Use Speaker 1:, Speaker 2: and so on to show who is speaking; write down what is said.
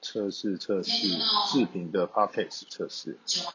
Speaker 1: 测试测试视频的 Podcast 测试